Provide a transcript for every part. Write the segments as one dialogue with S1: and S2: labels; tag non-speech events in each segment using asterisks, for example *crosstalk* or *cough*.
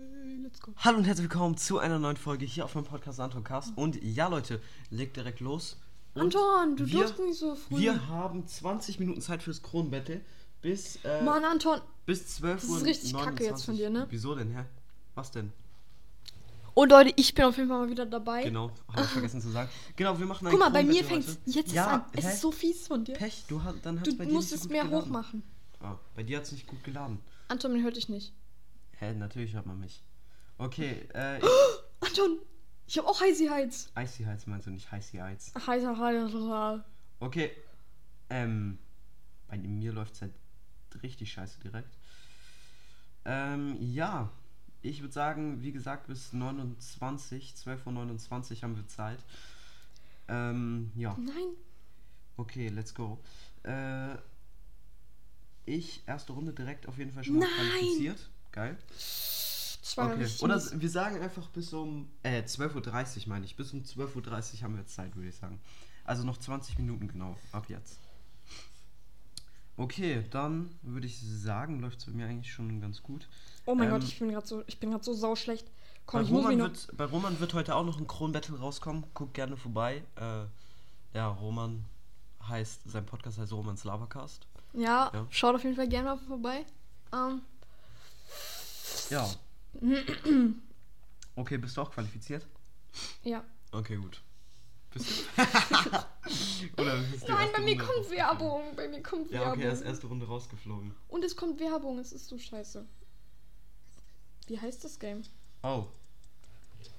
S1: Äh,
S2: Hallo und herzlich willkommen zu einer neuen Folge hier auf meinem Podcast Antoncast. Und ja, Leute, legt direkt los. Und
S1: Anton, du
S2: wir-
S1: durfst nicht so früh.
S2: Wir haben 20 Minuten Zeit fürs Kronenbattle bis, äh,
S1: Mann, Anton.
S2: bis 12 Uhr.
S1: ist richtig kacke jetzt von dir, ne?
S2: Wieso denn, hä? Was denn?
S1: Und Oh, Leute, ich bin auf jeden Fall mal wieder dabei.
S2: Genau, habe ich vergessen zu sagen. Genau, wir machen ein
S1: Guck mal, bei mir
S2: Kronenbattle,
S1: fängt
S2: Leute.
S1: jetzt
S2: ja,
S1: an. Es
S2: hä?
S1: ist so fies von dir.
S2: Pech, du, hast- dann hat's
S1: Du
S2: bei dir
S1: musst
S2: nicht so
S1: es
S2: gut
S1: mehr
S2: geladen.
S1: hochmachen.
S2: Ah, bei dir hat es nicht gut geladen.
S1: Anton, man hört dich nicht.
S2: Hä, natürlich hört man mich. Okay,
S1: *gasps*
S2: äh,
S1: Anton, ich habe auch Heißi Heiz.
S2: Icy Heights meinst du nicht, Icy Heights.
S1: Heißer Heiß.
S2: Okay. Ähm, bei mir läuft es halt richtig scheiße direkt. Ähm, ja. Ich würde sagen, wie gesagt, bis 29, 12.29 Uhr haben wir Zeit. Ähm, ja.
S1: Nein.
S2: Okay, let's go. Äh, ich, erste Runde direkt auf jeden Fall schon
S1: Nein.
S2: mal qualifiziert. Geil.
S1: Zwei
S2: Okay.
S1: okay.
S2: Oder s- wir sagen einfach bis um äh, 12.30 Uhr meine ich. Bis um 12.30 Uhr haben wir jetzt Zeit, würde ich sagen. Also noch 20 Minuten genau, ab jetzt. Okay, dann würde ich sagen, läuft es bei mir eigentlich schon ganz gut.
S1: Oh mein
S2: ähm, äh,
S1: Gott, ich bin gerade so, ich bin grad so sauschlecht. Komm,
S2: bei,
S1: ich muss mich
S2: Roman
S1: noch.
S2: wird, bei Roman wird heute auch noch ein Kronbattle rauskommen. Guckt gerne vorbei. Äh, ja, Roman heißt, sein Podcast heißt Romans Labercast.
S1: Ja,
S2: Ja.
S1: schaut auf jeden Fall gerne mal vorbei. Ähm,
S2: Ja. Okay, bist du auch qualifiziert?
S1: ja.
S2: Okay, gut. Bist *laughs* du? Oder ist die
S1: Nein,
S2: erste
S1: bei mir
S2: Runde
S1: kommt
S2: rausgeflogen?
S1: Werbung. Bei mir kommt
S2: Ja, okay, er ist
S1: Werbung.
S2: erste Runde rausgeflogen.
S1: Und es kommt Werbung. Es ist so scheiße. Wie heißt das Game?
S2: Oh.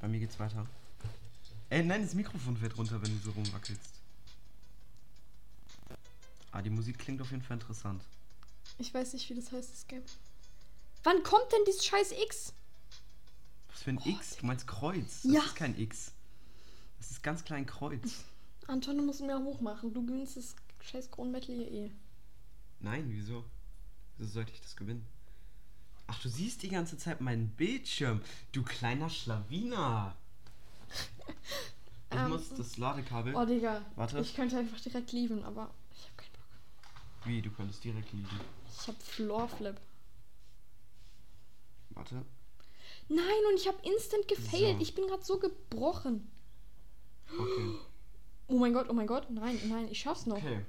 S2: Bei mir geht's weiter. Ey, nein, das Mikrofon fällt runter, wenn du so rumwackelst. Ah, die Musik klingt auf jeden Fall interessant.
S1: Ich weiß nicht, wie das heißt, das Game. Wann kommt denn dieses scheiß X?
S2: Was für ein X? Du meinst Kreuz.
S1: Ja.
S2: Das ist kein X. Das ist ganz klein Kreuz.
S1: Anton, du musst mehr hochmachen. Du gewinnst das scheiß Kronmetal hier eh.
S2: Äh, Nein, wieso? Wieso sollte ich das gewinnen? Ach, du siehst die ganze Zeit meinen Bildschirm. Du kleiner Schlawiner. Ich
S1: Ähm.
S2: muss das Ladekabel.
S1: Oh, Digga.
S2: Warte.
S1: Ich könnte einfach direkt lieben, aber ich hab keinen Bock.
S2: Wie, du könntest direkt liegen.
S1: Ich hab Floorflip.
S2: Warte.
S1: Nein, und ich hab instant gefailt.
S2: So.
S1: Ich bin gerade so gebrochen.
S2: Okay.
S1: Oh mein Gott, oh mein Gott. Nein, nein, ich schaff's noch.
S2: Okay.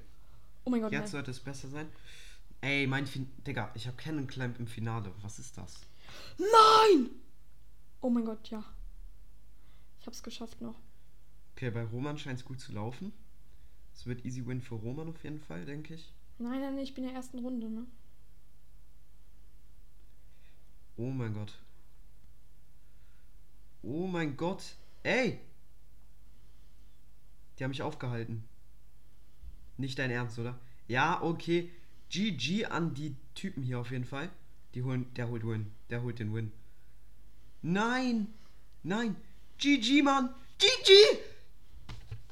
S1: Oh mein Gott,
S2: Jetzt äh,
S1: nein.
S2: sollte es besser sein. Ey, mein fin Digga, ich habe keinen Clamp im Finale. Was ist das?
S1: Nein! Oh mein Gott, ja. Ich hab's geschafft noch.
S2: Okay, bei Roman scheint es gut zu laufen. Es wird easy win für Roman auf jeden Fall, denke ich.
S1: Nein, nein, ich bin in der ersten Runde, ne?
S2: Oh mein Gott. Oh mein Gott. Ey! Die haben mich aufgehalten. Nicht dein Ernst, oder? Ja, okay. GG an die Typen hier auf jeden Fall. Die holen, der holt Win. Der holt den Win. Nein! Nein! GG, Mann! GG!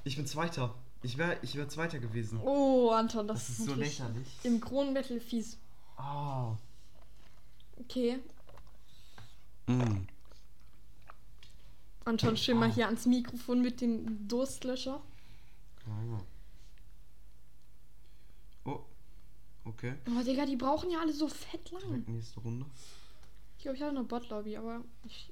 S2: Ich bin Zweiter. Ich wäre ich wär Zweiter gewesen.
S1: Oh, Anton, das,
S2: Das ist so
S1: natürlich
S2: lächerlich.
S1: Im Kronenbattle fies.
S2: Oh.
S1: Okay.
S2: Mm.
S1: Anton, schön mal hier ans Mikrofon mit dem Durstlöscher.
S2: Ah, ja. Oh. Okay.
S1: Oh, Digga, die brauchen ja alle so fett lang.
S2: Nächste Runde.
S1: Ich glaube, ich habe eine Bot-Lobby, aber ich,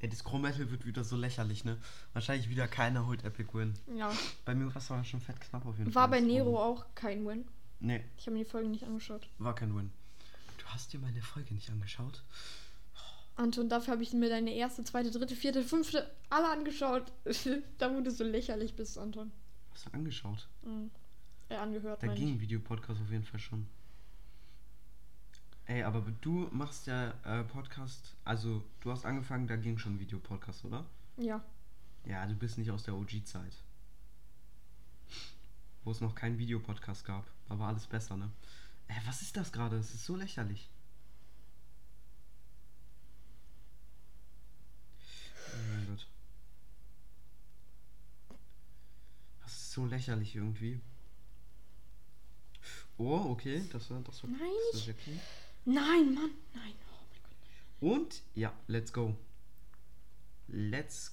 S2: Ey, das Chrometal wird wieder so lächerlich, ne? Wahrscheinlich wieder keiner holt Epic Win.
S1: ja.
S2: Bei mir war es aber schon fett knapp auf jeden
S1: War
S2: Fall.
S1: bei Nero auch kein Win.
S2: Nee,
S1: Ich habe mir die Folge nicht angeschaut.
S2: war kein Win. Du hast dir meine Folge nicht angeschaut?
S1: Anton, dafür habe ich mir deine erste, zweite, dritte, vierte, fünfte alle angeschaut. *laughs* da wo du so lächerlich bist, Anton.
S2: Hast du angeschaut?
S1: Mhm. Äh, angehört,
S2: Da
S1: meine
S2: ging
S1: ich.
S2: Videopodcast auf jeden Fall schon. Ey, aber du machst ja äh, Podcast, also du hast angefangen, da ging schon Videopodcast, oder?
S1: Ja.
S2: Ja, du bist nicht aus der OG-Zeit. Wo es noch keinen Videopodcast gab. Da war alles besser, ne? Ey, was ist das gerade? Es ist so lächerlich. Oh mein Gott. Das ist so lächerlich irgendwie. Oh, okay, das war das war,
S1: Nein,
S2: das war
S1: ich-
S2: sehr clean.
S1: Nein, Mann. Nein. Oh mein Gott.
S2: Und ja, let's go. Let's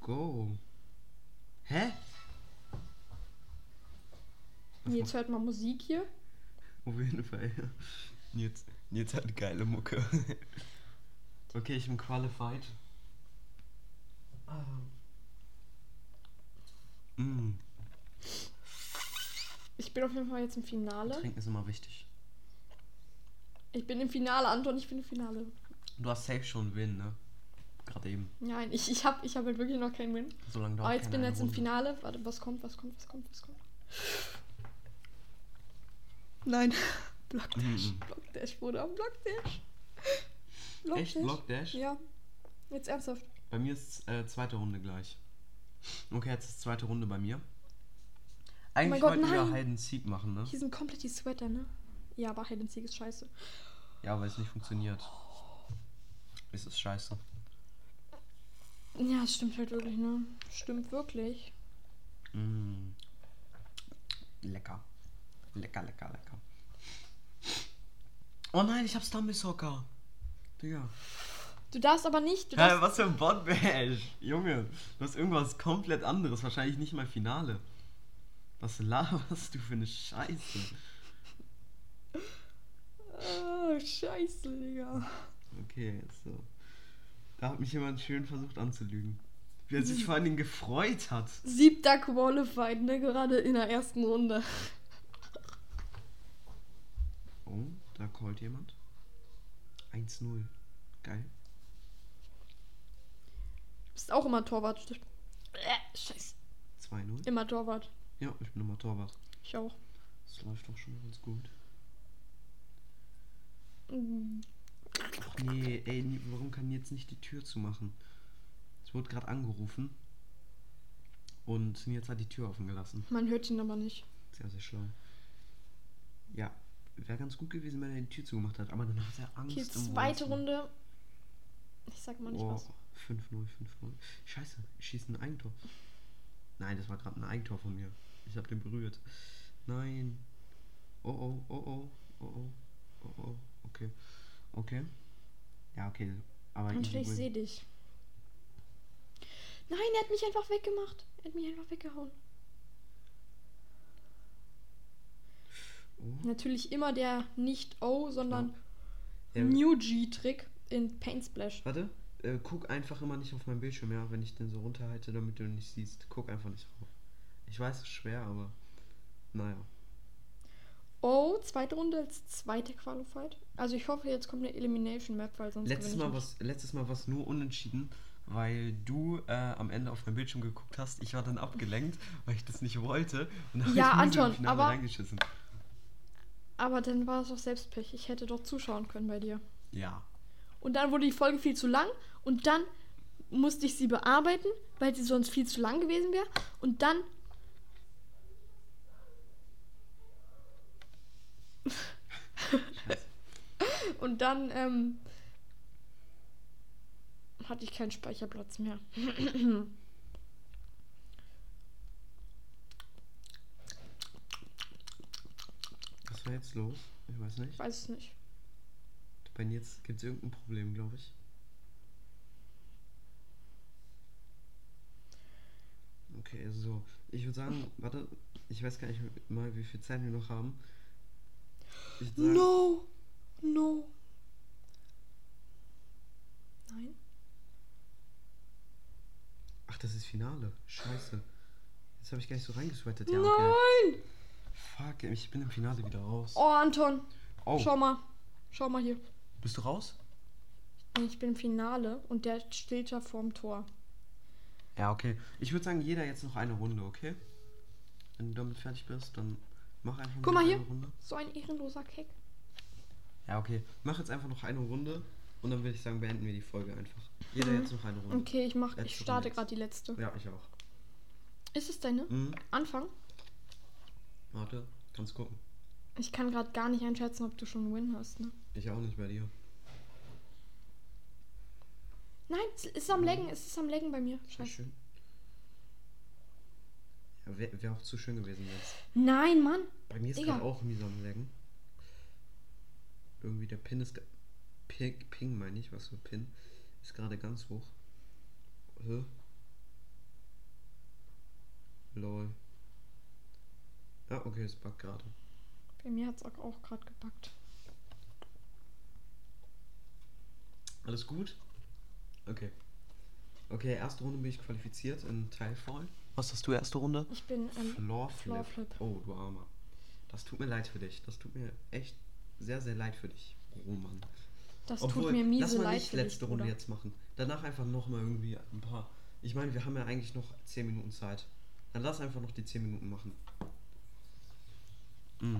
S2: go. Hä?
S1: Jetzt hört mal Musik hier. *laughs*
S2: Auf jeden Fall. Jetzt, jetzt hat geile Mucke. Okay, ich bin qualified. Mm.
S1: Ich bin auf jeden Fall jetzt im Finale.
S2: Trinken ist immer wichtig.
S1: Ich bin im Finale, Anton, ich bin im Finale.
S2: Du hast safe schon Win, ne? Gerade eben.
S1: Nein, ich, ich habe ich hab halt wirklich noch keinen Win.
S2: Solange du
S1: Aber
S2: auch
S1: Oh, jetzt
S2: keine
S1: bin ich
S2: eine
S1: jetzt im
S2: Runde-
S1: Finale. Warte, was kommt, was kommt, was kommt, was kommt? Nein. *laughs* Blockdash.
S2: Mhm.
S1: Blockdash wurde am Blockdash.
S2: Echt? Blockdash?
S1: Ja. Jetzt ernsthaft.
S2: Bei mir ist äh, zweite Runde gleich. Okay, jetzt ist zweite Runde bei mir. Eigentlich
S1: Oh Gott,
S2: wollten wir
S1: nein.
S2: Hide and Seek machen, ne?
S1: Hier sind komplett die Sweater, ne? Ja, aber Hide and Seek ist scheiße.
S2: Ja, weil es nicht funktioniert. Es ist scheiße.
S1: Ja, das stimmt halt wirklich, ne? Stimmt wirklich.
S2: Mm. Lecker. Lecker, lecker, lecker. Oh nein, ich hab Stumblesocker. Digga.
S1: Du darfst aber nicht. Du
S2: Hä,
S1: darfst,
S2: was für ein Botbash? Junge, du hast irgendwas komplett anderes. Wahrscheinlich nicht mal Finale. Was laberst du für eine Scheiße?
S1: oh, scheiße, Digga.
S2: Okay, jetzt so. Da hat mich jemand schön versucht anzulügen. Wie er sich vor allen Dingen gefreut hat.
S1: Siebter Qualified, ne? Gerade in der ersten Runde.
S2: Oh, da callt jemand. 1-0. Geil.
S1: Du bist auch immer Torwart. Äh, scheiße.
S2: 2-0.
S1: Immer Torwart.
S2: Ja, ich bin nochmal Torwart.
S1: Ich auch.
S2: Das läuft doch schon ganz gut.
S1: Mm.
S2: Ach nee, ey, nie- warum kann die jetzt nicht die Tür zumachen? Es wurde gerade angerufen. Und Nils hat die Tür offen gelassen.
S1: Man hört ihn aber nicht.
S2: Sehr, sehr schlau. Ja, wäre ganz gut gewesen, wenn er die Tür zugemacht hat. Aber dann hat er Angst.
S1: Okay,
S2: im
S1: zweite
S2: Wohnzimmer.
S1: Runde. Ich sag mal nicht
S2: Oh,
S1: was.
S2: 5-0, 5-0. Scheiße, ich schieße ein Eigentor. Nein, das war gerade ein Eigentor von mir. Ich habe den berührt. Nein. Oh, oh, oh, oh, oh, oh, oh, oh. Okay. Okay. Ja, okay. Aber easy
S1: Natürlich, ich
S2: win.
S1: sehe dich. Nein, er hat mich einfach weggemacht. Er hat mich einfach weggehauen.
S2: Oh.
S1: Natürlich immer der nicht O, sondern
S2: Ja,
S1: New G-Trick in Paint Splash.
S2: warte. Äh, guck einfach immer nicht auf meinen Bildschirm, ja, wenn ich den so runterhalte, damit du ihn nicht siehst. Guck einfach nicht drauf. Ich weiß, es ist schwer, aber naja.
S1: Oh, zweite Runde als zweite Qualified. Also ich hoffe, jetzt kommt eine Elimination Map, weil sonst
S2: Letztes
S1: gewinne
S2: Mal
S1: ich
S2: was, letztes Mal was nur unentschieden, weil du äh, am Ende auf meinen Bildschirm geguckt hast. Ich war dann abgelenkt, weil ich das nicht wollte. Und dann hab
S1: Ja,
S2: ich Mute im
S1: Anton,
S2: Finale
S1: aber-
S2: reingeschissen.
S1: nicht. Aber dann war es doch Selbstpech. Ich hätte doch zuschauen können bei dir.
S2: Ja.
S1: Und dann wurde die Folge viel zu lang und dann musste ich sie bearbeiten, weil sie sonst viel zu lang gewesen wäre. Und dann. *laughs* und dann ähm, hatte ich keinen Speicherplatz mehr.
S2: Was war jetzt los? Ich weiß
S1: Ich
S2: nicht.
S1: weiß es nicht.
S2: Bei Nils gibt es irgendein Problem, glaube ich. Okay, so. Ich würde sagen, warte, ich weiß gar nicht mal, wie viel Zeit wir noch haben. Ich würd sagen,
S1: No! No! Nein?
S2: Ach, das ist Finale. Scheiße. Jetzt habe ich gar nicht so reingesweatet. Ja, okay.
S1: Nein!
S2: Fuck, ich bin im Finale wieder raus.
S1: Oh, Anton,
S2: Oh,
S1: schau mal. Schau mal hier.
S2: bist du raus?
S1: Ich bin im Finale und der steht da vorm Tor.
S2: Ja, okay. Ich würde sagen, jeder jetzt noch eine Runde, okay? Wenn du damit fertig bist, dann mach einfach
S1: Guck
S2: noch
S1: mal
S2: eine
S1: hier.
S2: Runde.
S1: So ein ehrenloser Keck.
S2: Ja, okay. Mach jetzt einfach noch eine Runde und dann würde ich sagen, beenden wir die Folge einfach. Jeder
S1: Mhm.
S2: jetzt noch eine Runde.
S1: Okay, ich mach, ich
S2: Letzte
S1: starte
S2: Runde jetzt.
S1: gerade die letzte.
S2: Ja, ich auch.
S1: Ist es deine?
S2: Mhm.
S1: Anfang?
S2: Warte, kannst gucken.
S1: Ich kann gerade gar nicht einschätzen, ob du schon einen Win hast, ne?
S2: Ich auch nicht bei dir.
S1: Nein, es ist am Laggen, es ist am Laggen bei mir.
S2: Hm. Sehr
S1: Scheiße.
S2: schön. Ja, wäre wär auch zu schön gewesen jetzt.
S1: Nein, Mann.
S2: Bei mir ist
S1: Digga.
S2: gerade auch mies am Laggen. Irgendwie der Pin ist. ge- Ping, Ping meine ich, was für Pin. Ist gerade ganz hoch. Hä? Lol. Ja, okay, es backt gerade.
S1: Bei mir hat es auch, auch gerade gepackt.
S2: Alles gut? Okay. Okay, erste Runde bin ich qualifiziert in Teilfall. Was hast du erste Runde?
S1: Ich bin ähm,
S2: Floor Flip.
S1: Floor Flip.
S2: Oh, du Armer. Das tut mir leid für dich. Das tut mir echt sehr, sehr leid für dich, oh Roman.
S1: das
S2: Obwohl,
S1: tut mir
S2: lass
S1: miese
S2: mal
S1: leid.
S2: nicht
S1: für dich,
S2: letzte Runde
S1: Bruder.
S2: jetzt machen. Danach einfach nochmal irgendwie ein paar. Ich meine, wir haben ja eigentlich noch 10 Minuten Zeit. Dann lass einfach noch die 10 Minuten machen. Mm.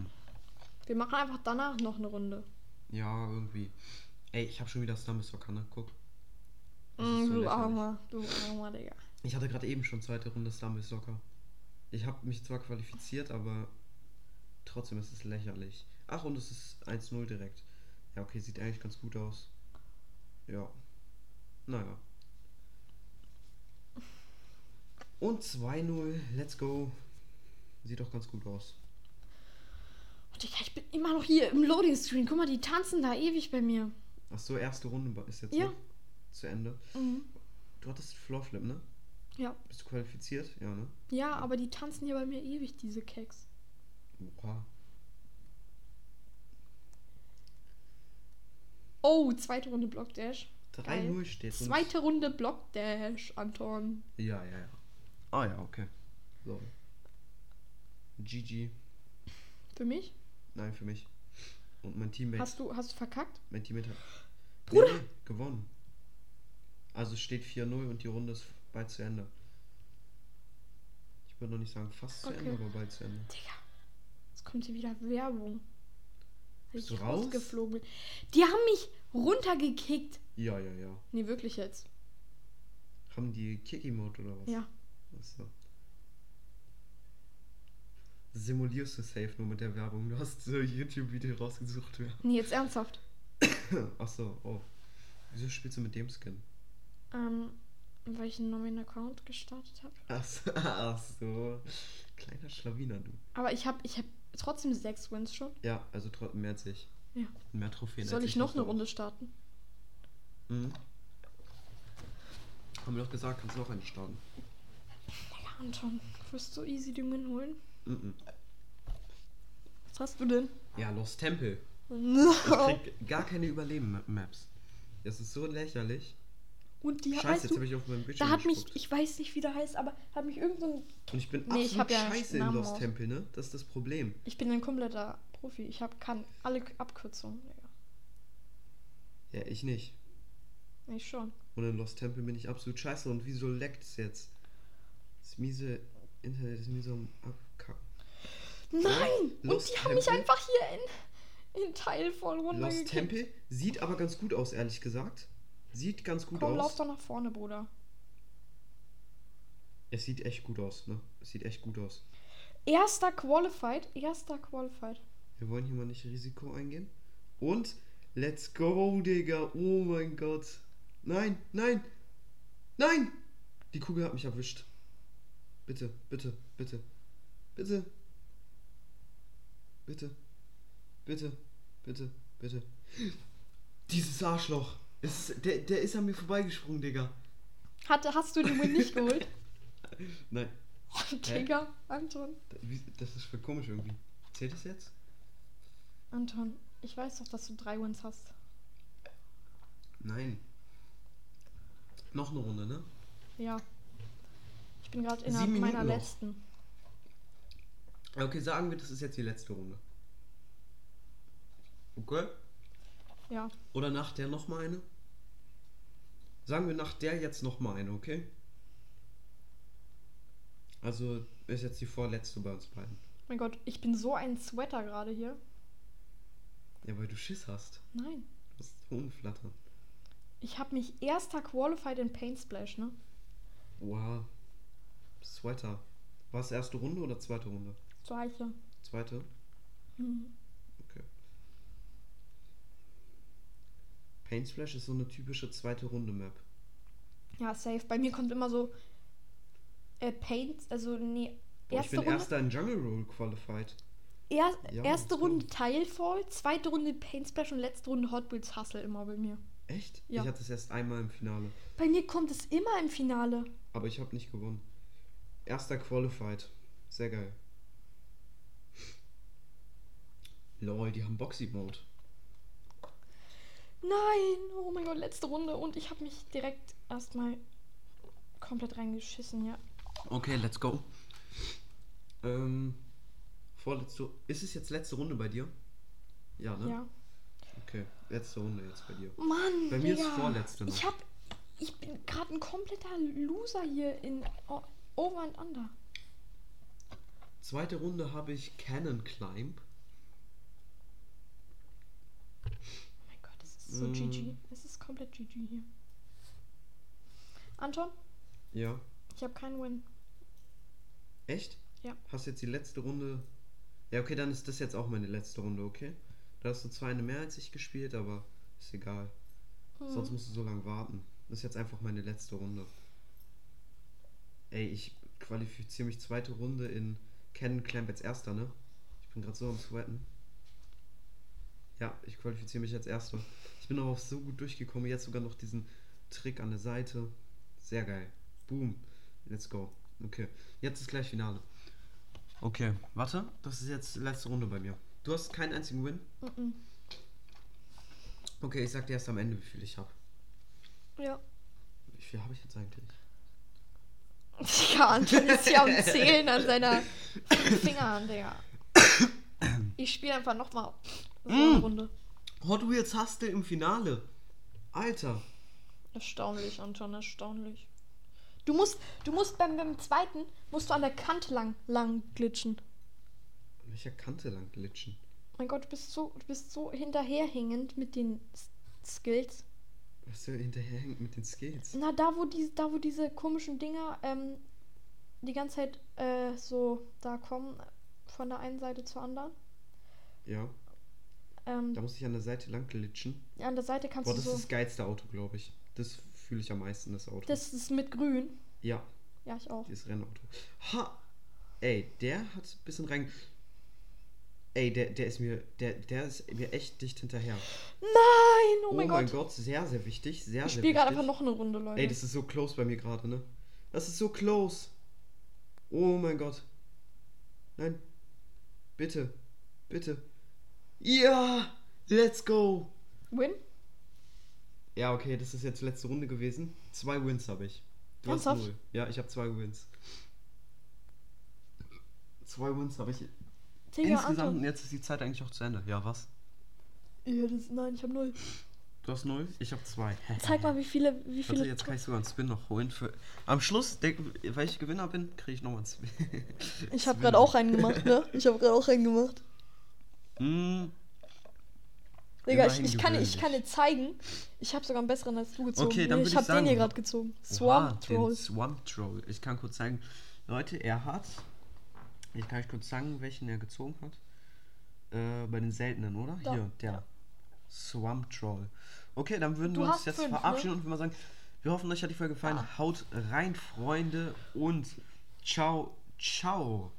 S1: Wir machen einfach danach noch eine Runde.
S2: Ja, irgendwie. Ey, ich habe schon wieder Stumblesocker, ne? Guck. Das ist
S1: Mm,
S2: so
S1: du
S2: lächerlich.
S1: Armer, du Armer, Digga.
S2: Ich hatte gerade eben schon zweite Runde Stumblesocker. Ich habe mich zwar qualifiziert, aber trotzdem ist es lächerlich. Ach, und es ist 1-0 direkt. Ja, okay, sieht eigentlich ganz gut aus. Ja. Naja. Und 2-0, let's go. Sieht doch ganz gut aus.
S1: Oh, Digga, ich bin immer noch hier im Loading Screen. Guck mal, die tanzen da ewig bei mir.
S2: Ach so, erste Runde ist jetzt
S1: Ja.
S2: ne? zu Ende.
S1: Mhm.
S2: Du hattest Floorflip, ne?
S1: Ja.
S2: Bist du qualifiziert? Ja, ne?
S1: Ja, aber die tanzen hier bei mir ewig, diese Keks.
S2: Oha.
S1: Oh, zweite Runde Block Dash.
S2: 3-0 steht. und-
S1: Zweite Runde Block Dash, Anton.
S2: Ja, ja, ja. Ah ja, okay. So. GG.
S1: Für mich?
S2: Nein, für mich. Und mein Teammate.
S1: Hast du, hast du verkackt?
S2: Mein Teammate hat.
S1: Bruder!
S2: Nee, gewonnen. Also es steht 4-0 und die Runde ist bald zu Ende. Ich würde noch nicht sagen fast zu
S1: Okay.
S2: Ende, aber bald zu Ende.
S1: Digga, jetzt kommt hier wieder Werbung. Weil
S2: Bist du
S1: ich
S2: raus?
S1: rausgeflogen bin. Die haben mich runtergekickt.
S2: Ja, ja, ja.
S1: Nee, wirklich jetzt.
S2: Haben die Kick-Emote oder was?
S1: Ja.
S2: Achso. Simulierst du safe nur mit der Werbung. Du hast so YouTube-Video rausgesucht. *laughs* Ja.
S1: Nee, jetzt ernsthaft.
S2: Achso, oh. Wieso spielst du mit dem Skin?
S1: Ähm, weil ich einen neuen Account gestartet habe.
S2: Ach so, *laughs* ach so. Kleiner Schlawiner, du.
S1: Aber ich habe ich hab trotzdem sechs Wins schon.
S2: Ja, also tro- mehr als ich.
S1: Ja.
S2: Mehr Trophäen
S1: Soll
S2: als
S1: ich noch eine
S2: das war.
S1: Runde starten?
S2: Mhm. Haben wir doch gesagt, kannst noch eine starten.
S1: Ja, Anton, wirst du easy den Win holen?
S2: Mhm.
S1: Was hast du denn?
S2: Ja, Lost Temple. Ich
S1: No.
S2: krieg gar keine Überleben-Maps. Das ist so lächerlich.
S1: Und die
S2: scheiße,
S1: weißt
S2: jetzt
S1: du,
S2: habe ich auf meinem Bildschirm
S1: da hat mich,
S2: gespuckt.
S1: ich weiß nicht, wie der heißt, aber hat mich irgend so ein
S2: Und ich bin
S1: Nee, ich
S2: absolut
S1: hab ja
S2: scheiße in
S1: Namen
S2: Lost
S1: raus.
S2: Temple, ne? Das ist das Problem.
S1: Ich bin ein kompletter Profi. Ich hab, kann alle K- Abkürzungen. Digga.
S2: Ja, ich nicht.
S1: Ich schon.
S2: Und in Lost Temple bin ich absolut scheiße. Und wieso leckt es jetzt? Das miese Internet ist miese am Abkacken.
S1: Nein!
S2: Lost
S1: Und die haben mich
S2: Temple?
S1: einfach hier in, in Teil voll
S2: Lost
S1: runtergekippt.
S2: Temple sieht aber ganz gut aus, ehrlich gesagt. Sieht ganz gut
S1: Komm, lauf
S2: aus.
S1: doch nach vorne, Bruder.
S2: Es sieht echt gut aus, ne? Es sieht echt gut aus.
S1: Erster Qualified. Erster Qualified.
S2: Wir wollen hier mal nicht Risiko eingehen. Und let's go, Digga. Oh mein Gott. Nein, nein, nein. Die Kugel hat mich erwischt. Bitte, bitte, bitte. Bitte. Bitte. Bitte, bitte, bitte. Dieses Arschloch. Es ist, der, der ist an mir vorbeigesprungen, Digga.
S1: Hatte, hast du den Win
S2: *laughs*
S1: nicht geholt? Oh,
S2: Nein.
S1: Digga, Anton.
S2: Da- wie- Das ist voll komisch irgendwie. Zählt das jetzt?
S1: Anton, ich weiß doch, dass du drei Wins hast.
S2: Nein. Noch eine Runde, ne?
S1: Ja. Ich bin gerade in einer-
S2: Sieben Minuten
S1: meiner
S2: noch.
S1: letzten.
S2: Okay, sagen wir, das ist jetzt die letzte Runde. Okay.
S1: Ja.
S2: Oder nach der nochmal eine? Sagen wir nach der jetzt nochmal eine, okay? Also ist jetzt die vorletzte bei uns beiden.
S1: Mein Gott, ich bin so ein Sweater gerade hier.
S2: Ja, weil du Schiss hast.
S1: Nein.
S2: Du hast Hohenflattern.
S1: Ich habe mich erster Qualified in Paint Splash, ne?
S2: Wow. Sweater. War es erste Runde oder zweite Runde?
S1: Gleiche.
S2: Zweite?
S1: Hm.
S2: Okay. Paint Splash ist so eine typische zweite Runde Map.
S1: Ja, safe. Bei mir kommt immer so äh, Paint, also nee,
S2: Boah, ich
S1: erste
S2: bin
S1: Runde,
S2: erster in Jungle Roll qualified.
S1: er, erste
S2: Ja, let's go.
S1: Runde Teilfall, zweite Runde Paint Splash und letzte Runde Hot Wheels Hustle immer bei mir.
S2: Echt?
S1: Ja.
S2: Ich hatte es erst einmal im Finale.
S1: Bei mir kommt es immer im Finale.
S2: Aber ich habe nicht gewonnen. Erster Qualified. Sehr geil. Lol, die haben Boxy Mode.
S1: Nein! Oh mein Gott, letzte Runde. Und ich habe mich direkt erstmal komplett reingeschissen, ja.
S2: Okay, let's go. Ähm, vorletzte. Ist es jetzt letzte Runde bei dir? Ja, ne?
S1: Ja.
S2: Okay, letzte Runde jetzt bei dir.
S1: Mann!
S2: Bei mir ist
S1: Digga.
S2: vorletzte noch.
S1: Ich hab. Ich bin gerade ein kompletter Loser hier in O- Over and Under.
S2: Zweite Runde habe ich Cannon Climb.
S1: Oh mein Gott, das ist so
S2: Mm.
S1: GG. Es ist komplett GG hier. Anton,
S2: Ja.
S1: ich habe keinen Win.
S2: Echt?
S1: Ja.
S2: Hast jetzt die letzte Runde. Ja, okay, dann ist das jetzt auch meine letzte Runde, okay? Da hast du zwar eine mehr als ich gespielt, aber ist egal.
S1: Hm.
S2: Sonst musst du so lange warten. Das ist jetzt einfach meine letzte Runde. Ey, ich qualifiziere mich zweite Runde in Cannon Clamp als erster, ne? Ich bin gerade so am Sweaten. Ja, ich qualifiziere mich als erster. Ich bin aber auch so gut durchgekommen. Jetzt sogar noch diesen Trick an der Seite. Sehr geil. Boom. Let's go. Okay. Jetzt ist gleich Finale. Okay, warte. Das ist jetzt letzte Runde bei mir. Du hast keinen einzigen Win?
S1: Mm-mm.
S2: Okay, ich sag dir erst am Ende, wie viel ich habe.
S1: Ja. *laughs*
S2: Wie viel habe ich jetzt eigentlich?
S1: Ja, Anton ist hier
S2: *laughs*
S1: am Zählen an seiner Fingerhand, Digga. Ich spiele einfach nochmal so eine
S2: Mm.
S1: Runde.
S2: Hot Wheels hast du im Finale. Alter.
S1: Erstaunlich, Anton, erstaunlich. Du musst, du musst beim, beim zweiten, musst du an der Kante lang, lang glitschen.
S2: An welcher Kante lang glitschen?
S1: Mein Gott, du bist so, du bist so hinterherhängend mit den S Skills.
S2: Was du hinterherhängt mit den Skates?
S1: Na, da wo, die, da, wo diese komischen Dinger ähm, die ganze Zeit äh, so da kommen, von der einen Seite zur anderen.
S2: Ja,
S1: Ähm,
S2: da muss ich an der Seite lang glitschen.
S1: an der Seite kannst
S2: Boah,
S1: du
S2: das
S1: so.
S2: ist das geilste Auto, glaube ich. Das fühle ich am meisten, das Auto.
S1: das ist mit grün.
S2: ja,
S1: Ja, ich auch.
S2: dieses Rennauto. Ha! Ey, der hat ein bisschen rein... Ey, der, der ist mir... Der, der ist mir echt dicht hinterher.
S1: Nein, oh, mein Gott.
S2: sehr, sehr wichtig. Sehr,
S1: ich
S2: sehr
S1: spiele gerade
S2: wichtig.
S1: einfach noch eine Runde, Leute.
S2: Ey, das ist so close bei mir gerade, ne? Das ist so close. Oh mein Gott. Nein. Bitte. Bitte. Ja! Let's go!
S1: Win?
S2: Ja, okay, das ist jetzt letzte Runde gewesen. Zwei Wins habe ich. Du hast
S1: Ernsthaft?
S2: null. Ja, ich habe zwei Wins. Zwei Wins habe ich.
S1: Digga,
S2: Insgesamt,
S1: Anton.
S2: jetzt ist die Zeit eigentlich auch zu Ende. Ja, was?
S1: Ja, das, nein, ich habe null.
S2: Du hast null? Ich habe zwei.
S1: Zeig mal, wie viele, wie
S2: Warte,
S1: viele.
S2: jetzt kann ich sogar einen Spin noch holen. Für... Am Schluss, der, weil ich Gewinner bin, kriege ich nochmal einen Spin.
S1: *laughs* ich habe gerade auch einen gemacht, ne? Ich habe gerade auch einen gemacht.
S2: Mm,
S1: Digga, ich,
S2: Immerhin
S1: ich, kann, ich
S2: gewöhnlich.
S1: kann dir zeigen, ich habe sogar einen besseren als du gezogen.
S2: Okay, dann
S1: Nee,
S2: würd
S1: ich
S2: ich
S1: habe den
S2: sagen-
S1: hier gerade gezogen.
S2: oha,
S1: Swamp
S2: den
S1: Troll.
S2: Swamp Troll. Ich kann kurz sagen, Leute, er hat. Ich kann euch kurz sagen, welchen er gezogen hat. Äh, bei den seltenen, oder?
S1: Da,
S2: Hier, der.
S1: ja.
S2: Swamp Troll. Okay, dann würden
S1: Du
S2: wir uns
S1: hast
S2: jetzt
S1: fünf, ne? Ah.
S2: verabschieden und wir mal sagen, wir hoffen, euch hat die Folge gefallen. Haut rein, Freunde, und ciao, ciao.